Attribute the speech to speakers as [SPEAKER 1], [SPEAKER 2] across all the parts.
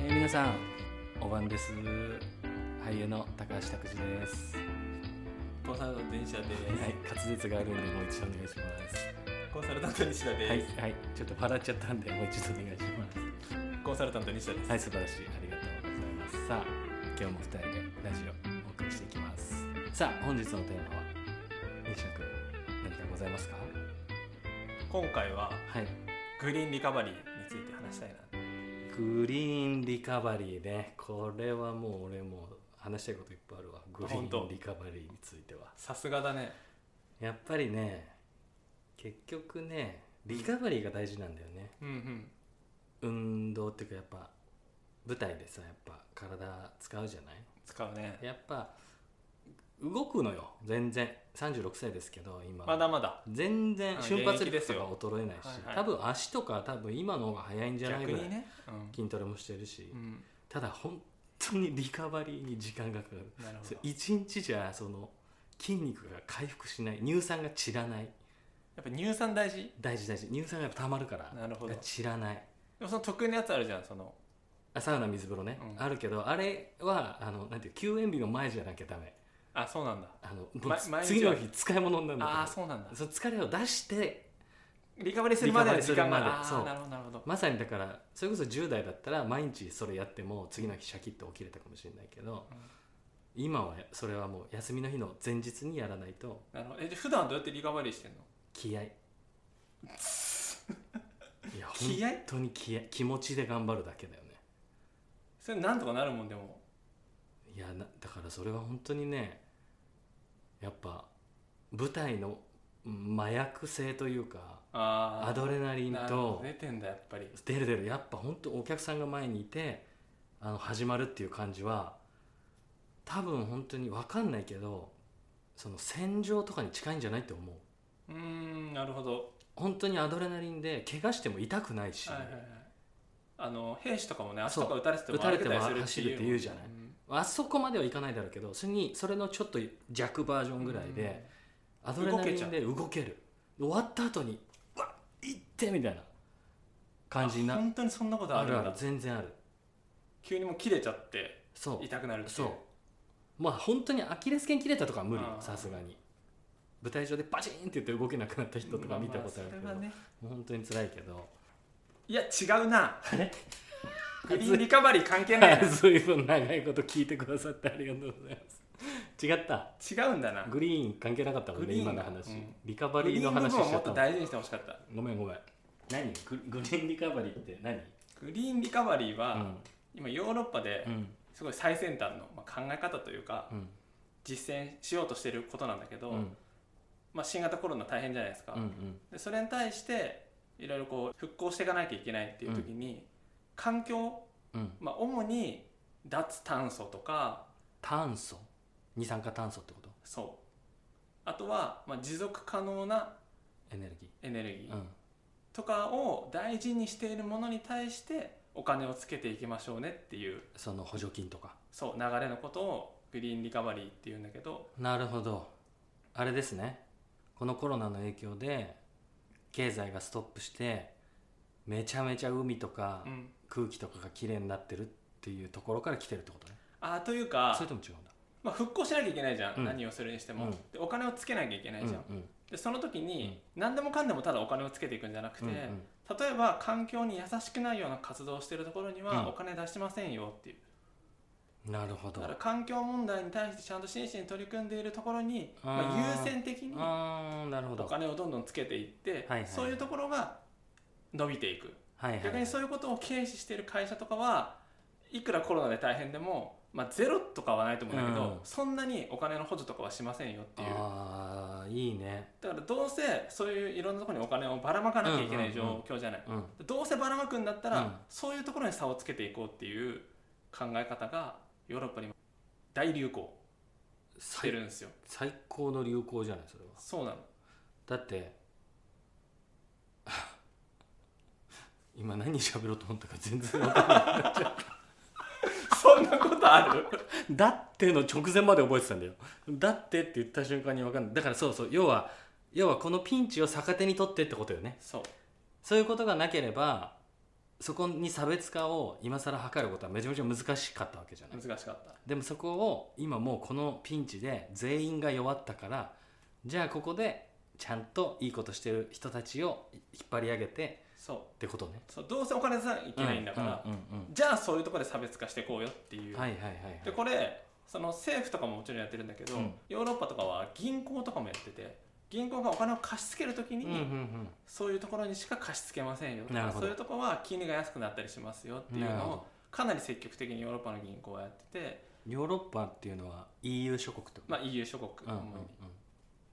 [SPEAKER 1] 皆さんお晩です俳優の高橋拓司です
[SPEAKER 2] コンサルタント西田です、
[SPEAKER 1] はい滑舌があるんでもう一度お願いします
[SPEAKER 2] コンサルタント西田です、
[SPEAKER 1] はいはいちょっと笑っちゃったんでもう一度お願いします
[SPEAKER 2] コンサルタント西田です、
[SPEAKER 1] はい素晴らしいありがとうございますさあ今日も二人でラジオお送りしていきますさあ本日のテーマは西野君何かございますか
[SPEAKER 2] 今回は
[SPEAKER 1] はい
[SPEAKER 2] グリーンリカバリーについて話したいな
[SPEAKER 1] グリーンリカバリーねこれはもう俺も話したいこといっぱいあるわグリ
[SPEAKER 2] 本
[SPEAKER 1] ーン
[SPEAKER 2] 当
[SPEAKER 1] リカバリーについては
[SPEAKER 2] さすがだね
[SPEAKER 1] やっぱりね結局ねリカバリーが大事なんだよね
[SPEAKER 2] うんうん
[SPEAKER 1] 運動っていうかやっぱ舞台でさやっぱ体使うじゃない
[SPEAKER 2] 使うね
[SPEAKER 1] やっぱ動くのよ全然36歳ですけど今
[SPEAKER 2] まだまだ
[SPEAKER 1] 全然
[SPEAKER 2] うん
[SPEAKER 1] 瞬発
[SPEAKER 2] 現役
[SPEAKER 1] 力
[SPEAKER 2] です
[SPEAKER 1] と
[SPEAKER 2] よ
[SPEAKER 1] か衰えないし、
[SPEAKER 2] はいはい
[SPEAKER 1] 多分足とか多分今の方が速いんじゃない
[SPEAKER 2] 逆
[SPEAKER 1] ぐらい、
[SPEAKER 2] にね、
[SPEAKER 1] 筋トレもしてるし、
[SPEAKER 2] うん
[SPEAKER 1] ただ本当にリカバリーに時間がかかる
[SPEAKER 2] うん、なるほ
[SPEAKER 1] そ
[SPEAKER 2] ど
[SPEAKER 1] う一日じゃその筋肉が回復しない乳酸が散らない
[SPEAKER 2] やっぱ乳酸大事
[SPEAKER 1] 大事大事乳酸がやっぱ溜まるから
[SPEAKER 2] なるほど
[SPEAKER 1] 散らない
[SPEAKER 2] でもその得意なやつあるじゃんその
[SPEAKER 1] あサウナ水風呂ね、
[SPEAKER 2] うん
[SPEAKER 1] あるけどあれはあのなんていう休園日の前じゃなきゃダメ
[SPEAKER 2] あそうなんだ
[SPEAKER 1] あの、
[SPEAKER 2] ま毎日は
[SPEAKER 1] 次の日使い物になるんだか
[SPEAKER 2] ああ
[SPEAKER 1] ら
[SPEAKER 2] そうなんだ
[SPEAKER 1] その疲れを出して
[SPEAKER 2] リカバリーするまでの時間
[SPEAKER 1] リカバ
[SPEAKER 2] が
[SPEAKER 1] リー
[SPEAKER 2] あ
[SPEAKER 1] するまでそう
[SPEAKER 2] ーなるほどなるほど
[SPEAKER 1] まさにだからそれこそ10代だったら毎日それやっても次の日シャキッと起きれたかもしれないけど、今はそれはもう休みの日の前日にやらないと
[SPEAKER 2] なるほどえじゃあ普段どうやってリカバリーしてんの
[SPEAKER 1] 気合 いいや
[SPEAKER 2] 気合
[SPEAKER 1] 本当に気合気持ちで頑張るだけだよね
[SPEAKER 2] それなんとかなるもんでも
[SPEAKER 1] いやなだからそれは本当にねやっぱ舞台のうん麻薬性というか
[SPEAKER 2] あ
[SPEAKER 1] アドレナリン
[SPEAKER 2] あ
[SPEAKER 1] と
[SPEAKER 2] 出てんだやっぱり
[SPEAKER 1] 出る出るやっぱ本当お客さんが前にいてあの始まるっていう感じは多分本当に分かんないけどその戦場とかに近いんじゃないって思う
[SPEAKER 2] うーんなるほど
[SPEAKER 1] 本当にアドレナリンで怪我しても痛くないし、
[SPEAKER 2] はいはいはい、あの兵士とかもね足
[SPEAKER 1] そう
[SPEAKER 2] とか打たれてても
[SPEAKER 1] 打たれ
[SPEAKER 2] 歩
[SPEAKER 1] て
[SPEAKER 2] け
[SPEAKER 1] も
[SPEAKER 2] たりする
[SPEAKER 1] 走る
[SPEAKER 2] っ
[SPEAKER 1] ってて
[SPEAKER 2] い
[SPEAKER 1] 言
[SPEAKER 2] う
[SPEAKER 1] うじゃない
[SPEAKER 2] ん
[SPEAKER 1] あそこまではいかないだろうけどそれにそれのちょっと弱バージョンぐらいで、アドレナリンで動ける終わった後にうわっ行ってみたいな感じにな
[SPEAKER 2] あ本当にそんなことあ
[SPEAKER 1] あ
[SPEAKER 2] るん
[SPEAKER 1] る
[SPEAKER 2] だ
[SPEAKER 1] ある全然ある
[SPEAKER 2] 急にもう切れちゃって
[SPEAKER 1] そう
[SPEAKER 2] 痛くなるってい
[SPEAKER 1] そうまあ本当にアキレス腱切れたとかは無理
[SPEAKER 2] あー
[SPEAKER 1] さすがに舞台上でバチンって言って動けなくなった人とか見たことあるけど、
[SPEAKER 2] ままそれはね
[SPEAKER 1] もう本当に辛いけど
[SPEAKER 2] いや違うな
[SPEAKER 1] あ れ
[SPEAKER 2] グリーンリカバリー関係 ないな
[SPEAKER 1] 随分長いこと聞いてくださってありがとうございます違った
[SPEAKER 2] 違うんだな
[SPEAKER 1] グリーン関係なかったもん
[SPEAKER 2] グ
[SPEAKER 1] ね
[SPEAKER 2] リーン
[SPEAKER 1] 今の話、
[SPEAKER 2] うん
[SPEAKER 1] リカバ
[SPEAKER 2] グ
[SPEAKER 1] リ
[SPEAKER 2] リ
[SPEAKER 1] ー
[SPEAKER 2] ー
[SPEAKER 1] の
[SPEAKER 2] ン部
[SPEAKER 1] 話
[SPEAKER 2] 分を
[SPEAKER 1] しち
[SPEAKER 2] も
[SPEAKER 1] ゃっ
[SPEAKER 2] ったと
[SPEAKER 1] の
[SPEAKER 2] 大事にしてほしかった
[SPEAKER 1] ごめんごめん何ググリーンリカバリーって何
[SPEAKER 2] グリーンリカバリーは、
[SPEAKER 1] うん
[SPEAKER 2] 今ヨーロッパで
[SPEAKER 1] うん
[SPEAKER 2] すごい最先端の、まあ、考え方というか
[SPEAKER 1] うん
[SPEAKER 2] 実践しようとしてることなんだけど、
[SPEAKER 1] うん
[SPEAKER 2] まあ、新型コロナ大変じゃないですか、
[SPEAKER 1] うんうん
[SPEAKER 2] でそれに対していろいろこう復興していかなきゃいけないっていう時に、環境、
[SPEAKER 1] うん
[SPEAKER 2] まあ、主に脱炭素とか
[SPEAKER 1] 炭素二酸化炭素ってこと
[SPEAKER 2] そうあとは、まあ、持続可能な
[SPEAKER 1] エネルギ
[SPEAKER 2] エネルギ
[SPEAKER 1] ー、
[SPEAKER 2] ーとかを大事にしているものに対してお金をつけていきましょうねっていう
[SPEAKER 1] その補助金とか
[SPEAKER 2] そう流れのことをグリーンリカバリーっていうんだけど
[SPEAKER 1] なるほどあれですねこのコロナの影響で経済がストップしてめちゃめちゃ海とか
[SPEAKER 2] うん
[SPEAKER 1] 空気とかがきれいになってるっていうところから来てるってことね
[SPEAKER 2] あーという
[SPEAKER 1] そ
[SPEAKER 2] か
[SPEAKER 1] れ、とも違うんだ
[SPEAKER 2] まあ、復興しなきゃいけないじゃん、
[SPEAKER 1] うん
[SPEAKER 2] 何をするにしても、
[SPEAKER 1] うん
[SPEAKER 2] でお金をつけなきゃいけないじゃん、
[SPEAKER 1] うんうん
[SPEAKER 2] でその時に、何でもかんでもただお金をつけていくんじゃなくて、
[SPEAKER 1] うん
[SPEAKER 2] 例えば環境に優しくないような活動をしてるところに
[SPEAKER 1] うん
[SPEAKER 2] はお金出しませんよっていう、
[SPEAKER 1] うんなるほど
[SPEAKER 2] だから環境問題に対してちゃんと真摯に取り組んでいるところに、ま
[SPEAKER 1] あ
[SPEAKER 2] あ、
[SPEAKER 1] ー
[SPEAKER 2] 優先的に
[SPEAKER 1] あーなるほど
[SPEAKER 2] お金をどんどんつけていって、
[SPEAKER 1] はいはい
[SPEAKER 2] そういうところが伸びていく、
[SPEAKER 1] はいは
[SPEAKER 2] 逆に
[SPEAKER 1] い
[SPEAKER 2] そういうことを軽視している会社とかはいくらコロナで大変でも、まあ、ゼロとかはないと思うんだけど、
[SPEAKER 1] うん
[SPEAKER 2] そんなにお金の補助とかはしませんよっていう
[SPEAKER 1] ああいいね
[SPEAKER 2] だからどうせそういういろんなところにお金をばらまかなきゃいけない状況じゃない、
[SPEAKER 1] うん
[SPEAKER 2] どうせばらまくんだったら、
[SPEAKER 1] うん
[SPEAKER 2] そういうところに差をつけていこうっていう考え方がヨーロッパに大流行して
[SPEAKER 1] 最
[SPEAKER 2] るんですよ、
[SPEAKER 1] 最高の流行じゃないそれは
[SPEAKER 2] そうなの
[SPEAKER 1] だって 今何喋ろうと思ったか全然分かんない
[SPEAKER 2] そんなことある
[SPEAKER 1] だっての直前まで覚えてたんだよだってって言った瞬間に分かんないだからそうそう要は要はこのピンチを逆手に取ってってことよね
[SPEAKER 2] そう
[SPEAKER 1] そういうことがなければそこに差別化を今更測ることはめちゃめちゃ難しかったわけじゃない
[SPEAKER 2] 難しかった
[SPEAKER 1] でもそこを今もうこのピンチで全員が弱ったからじゃあここでちゃんといいことしてる人たちを引っ張り上げて
[SPEAKER 2] そ
[SPEAKER 1] ってことね
[SPEAKER 2] うそうどうせお金さんいけないんだから、
[SPEAKER 1] うんうん
[SPEAKER 2] じゃあそういうところで差別化していこうよってい
[SPEAKER 1] うん
[SPEAKER 2] う、
[SPEAKER 1] はいはいはいはい
[SPEAKER 2] でこれその政府とかももちろんやってるんだけど、
[SPEAKER 1] うん
[SPEAKER 2] ヨーロッパとかは銀行とかもやってて銀行がお金を貸し付けるときに、
[SPEAKER 1] うんうん
[SPEAKER 2] そういうところにしか貸し付けませんよと
[SPEAKER 1] なる
[SPEAKER 2] か
[SPEAKER 1] ほど
[SPEAKER 2] そういうところは金利が安くなったりしますよっていう
[SPEAKER 1] なる
[SPEAKER 2] の
[SPEAKER 1] ほ
[SPEAKER 2] をかなり積極的にヨーロッパの銀行はやってて、
[SPEAKER 1] うんヨーロッパっていうのは EU 諸国ってこと
[SPEAKER 2] まあ、EU 諸国、
[SPEAKER 1] うんうん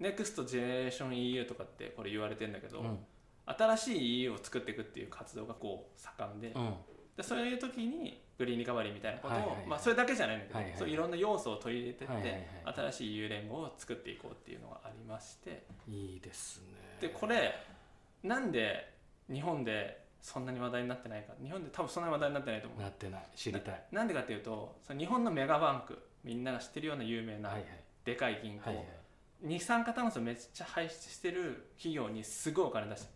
[SPEAKER 2] ネクストジェネレーション EU とかってこれ言われてんだけど、
[SPEAKER 1] うんうん
[SPEAKER 2] 新しい EU を作っていくっていう活動がこう盛んで,、
[SPEAKER 1] うん
[SPEAKER 2] でそういう時にグリーンリカバリーみたいなことを、
[SPEAKER 1] はいはいはい
[SPEAKER 2] まあ、それだけじゃないんだけど、
[SPEAKER 1] はいはいはい
[SPEAKER 2] そういろんな要素を取り入れてって、
[SPEAKER 1] はいはいはい
[SPEAKER 2] 新しい EU 連合を作っていこうっていうのがありまして
[SPEAKER 1] いいですね
[SPEAKER 2] でこれなんで日本でそんなに話題になってないか日本で多分そんなに話題になってないと思う
[SPEAKER 1] なってない知りたい
[SPEAKER 2] なんでかっていうとその日本のメガバンクみんなが知ってるような有名な
[SPEAKER 1] はいはい
[SPEAKER 2] でかい銀行、
[SPEAKER 1] はいはい
[SPEAKER 2] 二酸化炭素めっちゃ排出してる企業にすごいお金出して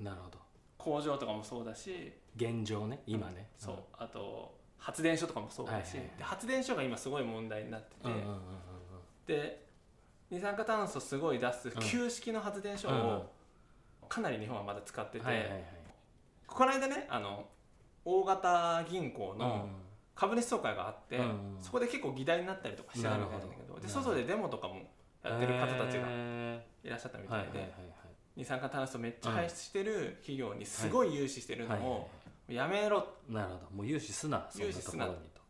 [SPEAKER 2] る
[SPEAKER 1] なるほど
[SPEAKER 2] 工場とかもそうだし
[SPEAKER 1] 現状ね今ね
[SPEAKER 2] そう、あと発電所とかもそうだし、
[SPEAKER 1] はいはいはい
[SPEAKER 2] で発電所が今すごい問題になって
[SPEAKER 1] う
[SPEAKER 2] て、
[SPEAKER 1] んうんうんうん
[SPEAKER 2] で二酸化炭素すごい出す
[SPEAKER 1] ん
[SPEAKER 2] 旧式の発電所
[SPEAKER 1] うんうん
[SPEAKER 2] をかなり日本はまだ使って
[SPEAKER 1] う
[SPEAKER 2] て、
[SPEAKER 1] んはいはいはい
[SPEAKER 2] この間ねあの大型銀行
[SPEAKER 1] うん
[SPEAKER 2] の株主総会があって、
[SPEAKER 1] うんうん
[SPEAKER 2] そこで結構議題になったりとかしてたみたいなんだけ
[SPEAKER 1] なるほ
[SPEAKER 2] ど
[SPEAKER 1] ど
[SPEAKER 2] で外でデモとかもやってる方たちが
[SPEAKER 1] へ
[SPEAKER 2] いらっしゃったみ
[SPEAKER 1] ー
[SPEAKER 2] た
[SPEAKER 1] はいい
[SPEAKER 2] で、
[SPEAKER 1] はいはいはい
[SPEAKER 2] 二酸化炭素めっちゃ排出してる企業にすごい融資してるの
[SPEAKER 1] はいはいは
[SPEAKER 2] をやめろっ
[SPEAKER 1] いなるほどもう融資すなそんな
[SPEAKER 2] 融資
[SPEAKER 1] と
[SPEAKER 2] す
[SPEAKER 1] こ
[SPEAKER 2] な
[SPEAKER 1] ろにと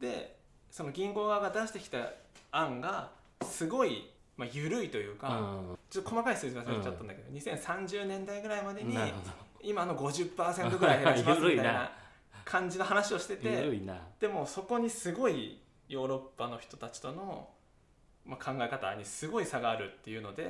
[SPEAKER 2] てその銀行側が出してきた案がすごい、まあ、緩いというか、
[SPEAKER 1] うんうん
[SPEAKER 2] ちょっと細かい数字忘れちゃったんだけど、2030年代ぐらいまでに
[SPEAKER 1] なるほ
[SPEAKER 2] 今の50%ぐらい減らしますみたい
[SPEAKER 1] 緩い
[SPEAKER 2] な
[SPEAKER 1] な
[SPEAKER 2] 感じの話をして
[SPEAKER 1] ど
[SPEAKER 2] て
[SPEAKER 1] 緩いな
[SPEAKER 2] でもそこにすごいヨーロッパの人たちとの、まあ、考え方にすごい差があるっていうので
[SPEAKER 1] あ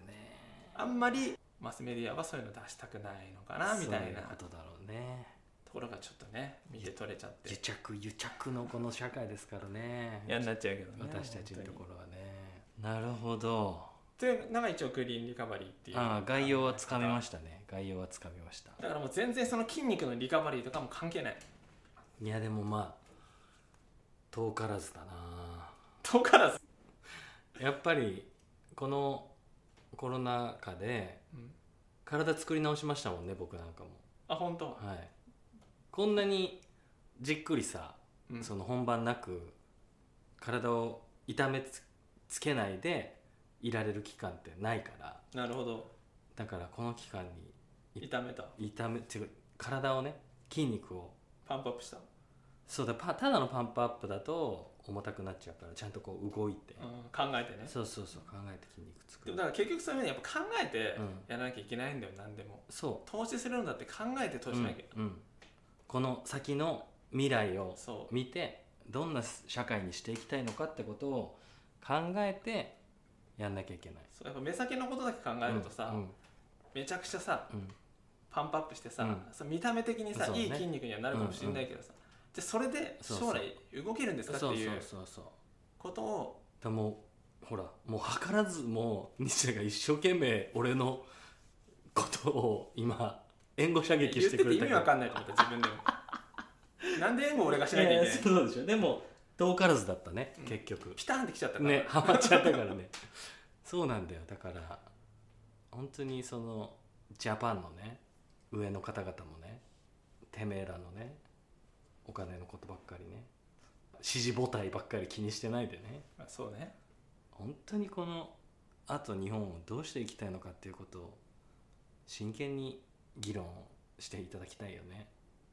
[SPEAKER 1] るね
[SPEAKER 2] あんまりマスメディアはそういうの出したくないのかなみたいな
[SPEAKER 1] そううことだろうね
[SPEAKER 2] ところがちょっとね見て取れちゃって
[SPEAKER 1] 癒着癒着のこの社会ですからね
[SPEAKER 2] 嫌になっちゃうけどね
[SPEAKER 1] 私たちのとこ
[SPEAKER 2] ろ
[SPEAKER 1] ろはねなるほど
[SPEAKER 2] でなんか一応グリーンリカバリーっていう
[SPEAKER 1] ああ概要はつかみま
[SPEAKER 2] し
[SPEAKER 1] したね概要はつかみました
[SPEAKER 2] だからもう全然その筋肉のリカバリーとかも関係ない
[SPEAKER 1] いやでもまあ遠からずだな
[SPEAKER 2] 遠からず、
[SPEAKER 1] やっぱりこのコロナ禍で
[SPEAKER 2] うん
[SPEAKER 1] 体作り直しましたもんね僕なんかも
[SPEAKER 2] あ本当、
[SPEAKER 1] はいこんなにじっくりさ
[SPEAKER 2] うん
[SPEAKER 1] その本番なく体を痛めつつけないでいられる期間ってないから
[SPEAKER 2] なるほど
[SPEAKER 1] だからこの期間に
[SPEAKER 2] 痛めた
[SPEAKER 1] 痛め違う体をね筋肉を
[SPEAKER 2] パンプアップした、
[SPEAKER 1] そうだパただのパンプアップだと重たくなっちゃうからちゃんとこう動いて、
[SPEAKER 2] うん、考えてね
[SPEAKER 1] そうそうそう考えて筋肉作
[SPEAKER 2] で
[SPEAKER 1] る
[SPEAKER 2] もだから結局そういうのやっぱ考えて
[SPEAKER 1] うん
[SPEAKER 2] やらなきゃいけないんだよ何でも
[SPEAKER 1] そ
[SPEAKER 2] 投資するんだって考えて
[SPEAKER 1] う
[SPEAKER 2] 投資しなきゃ、
[SPEAKER 1] うんうんこの先の未来を
[SPEAKER 2] そう
[SPEAKER 1] 見てどんな社会にしていきたいのかってことを考えてやんなきゃいけない
[SPEAKER 2] そうやっぱ目先のことだけ考えるとさ、
[SPEAKER 1] うん
[SPEAKER 2] めちゃくちゃさ
[SPEAKER 1] うん
[SPEAKER 2] パンプアップしてさ、
[SPEAKER 1] うん
[SPEAKER 2] そう見た目的にさ、
[SPEAKER 1] そうね
[SPEAKER 2] いい筋肉にはなるかもしれないけどさ、じゃあそれで将来動けるんですかって
[SPEAKER 1] そう
[SPEAKER 2] い
[SPEAKER 1] そううそうそう
[SPEAKER 2] ことを
[SPEAKER 1] だからもうほらもう図らずもう西田が一生懸命俺のことを今援護射
[SPEAKER 2] 言っ
[SPEAKER 1] 撃
[SPEAKER 2] て
[SPEAKER 1] してく
[SPEAKER 2] て
[SPEAKER 1] れ
[SPEAKER 2] 意
[SPEAKER 1] た
[SPEAKER 2] 味わかんないと思った 自分でもなんで援護俺がしないいとい
[SPEAKER 1] やい
[SPEAKER 2] けな
[SPEAKER 1] や
[SPEAKER 2] い
[SPEAKER 1] そうでしょでも遠からずだったね、
[SPEAKER 2] うん
[SPEAKER 1] 結局
[SPEAKER 2] ピタンってきちゃったから、
[SPEAKER 1] ねハマっちゃったからねそうなんだよだから本当にそのジャパンのね上の方々もねてめえらのねお金のことばっかりね支持母体ばっかり気にしてないでね
[SPEAKER 2] まあそうね
[SPEAKER 1] 本当にこのあと日本をどうしていきたいのかっていうことを真剣に議論していただきたいよね。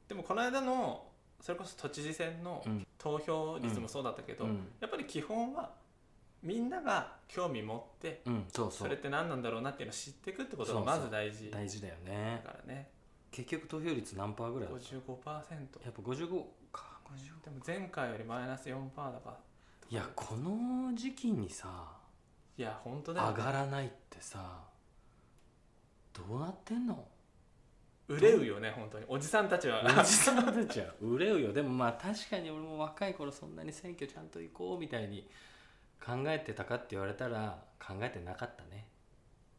[SPEAKER 2] でもこの間のそれこそ都知事選の
[SPEAKER 1] うん
[SPEAKER 2] 投票率もそうだったけど、
[SPEAKER 1] うん
[SPEAKER 2] やっぱり基本はみんなが興味持って
[SPEAKER 1] うん、そうそ
[SPEAKER 2] それっ
[SPEAKER 1] う
[SPEAKER 2] て何なんだろうなっていうのを知っていくってこと
[SPEAKER 1] そ
[SPEAKER 2] が
[SPEAKER 1] うそう
[SPEAKER 2] まず大事だ
[SPEAKER 1] 大事だよね
[SPEAKER 2] からね
[SPEAKER 1] 結局投票率何パーぐらいだった
[SPEAKER 2] 55%
[SPEAKER 1] やっぱ55か
[SPEAKER 2] でも前回よりマイナス4%だから
[SPEAKER 1] いやこの時期にさ
[SPEAKER 2] いや本当だよ
[SPEAKER 1] 上
[SPEAKER 2] ね
[SPEAKER 1] がらないってさどうなってんの
[SPEAKER 2] 憂うよね本当におじさんたち は
[SPEAKER 1] おじさんたちは売れうよでもまあ確かに俺も若い頃そんなに選挙ちゃんと行こうみたいに考えてたかって言われたら考えてなかったね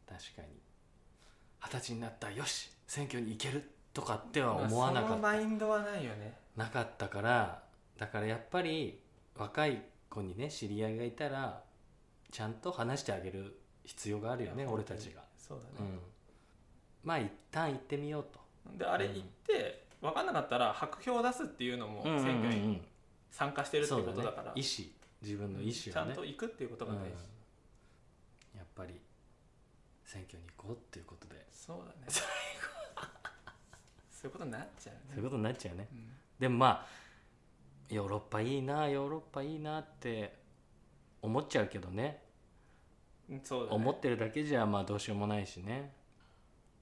[SPEAKER 1] 確かに二十歳になったよし選挙に行けるっとかっては思わな
[SPEAKER 2] まあ
[SPEAKER 1] か
[SPEAKER 2] その
[SPEAKER 1] っ
[SPEAKER 2] マインドはないよね
[SPEAKER 1] なかったからだからやっぱり若い子にね知り合いがいたらちゃんと話してあげる必要があるよね
[SPEAKER 2] いや
[SPEAKER 1] 俺たちが、
[SPEAKER 2] そうだね、
[SPEAKER 1] うん、まあ一旦行ってみようと
[SPEAKER 2] であれ行って分かんなかったら白票を出すっていうのも選挙に
[SPEAKER 1] に
[SPEAKER 2] 参加してるって
[SPEAKER 1] そ
[SPEAKER 2] こ
[SPEAKER 1] うだ
[SPEAKER 2] と
[SPEAKER 1] ね
[SPEAKER 2] だから、
[SPEAKER 1] 意思自分の意
[SPEAKER 2] ち
[SPEAKER 1] 思
[SPEAKER 2] ゃ
[SPEAKER 1] をね
[SPEAKER 2] んと行くっていうことが大事、
[SPEAKER 1] うんやっぱり選挙に行こうっていうことで
[SPEAKER 2] そうだねそういうことになっちゃうね
[SPEAKER 1] そういうことになっちゃうね
[SPEAKER 2] うん
[SPEAKER 1] でもまあヨーロッパいいなヨーロッパいいなって思っちゃうけどね
[SPEAKER 2] うんそうだね
[SPEAKER 1] 思ってるだけじゃまあどうしようもないしね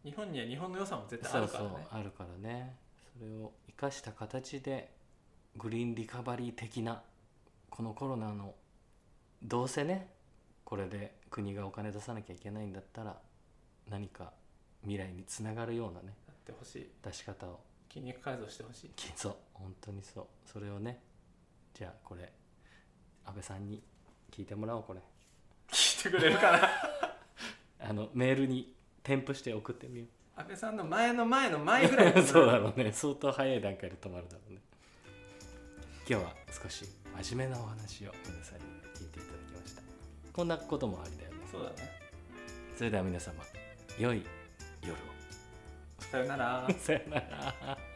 [SPEAKER 2] 日本には日本の良さも絶対あ
[SPEAKER 1] そ
[SPEAKER 2] る
[SPEAKER 1] う
[SPEAKER 2] か
[SPEAKER 1] そ
[SPEAKER 2] ら
[SPEAKER 1] う
[SPEAKER 2] ね
[SPEAKER 1] あるからねそれを生かした形でグリーンリカバリー的なこのコロナのどうせねこれで国がお金出さなきゃいけないんだったら何か未来につながるようなね
[SPEAKER 2] やってほしい
[SPEAKER 1] 出し方を
[SPEAKER 2] 筋肉改造してほしい
[SPEAKER 1] きそう本当にそうそれをねじゃあこれ安倍さんに聞いてもらおうこれ
[SPEAKER 2] 聞いてくれるかな
[SPEAKER 1] あのメールに添付して送ってみよ
[SPEAKER 2] 安倍さんの前の前の前ぐらいか
[SPEAKER 1] う
[SPEAKER 2] な
[SPEAKER 1] そうだろうね相当早い段階で止まるだろうね今日は少し真面目なお話を皆さんに聞いていただきましたこんなこともありだよね
[SPEAKER 2] そうだね
[SPEAKER 1] それでは皆様良い夜を
[SPEAKER 2] さよなら
[SPEAKER 1] さよなら